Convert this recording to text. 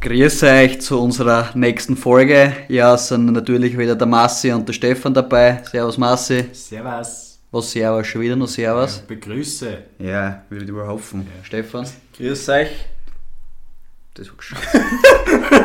Grüß euch zu unserer nächsten Folge. Ja, es sind natürlich wieder der Massi und der Stefan dabei. Servus Massi. Servus. Was Servus, schon wieder noch Servus. Ja, begrüße. Ja, würde ich wohl hoffen. Stefan. Grüß euch. Das war gescheit.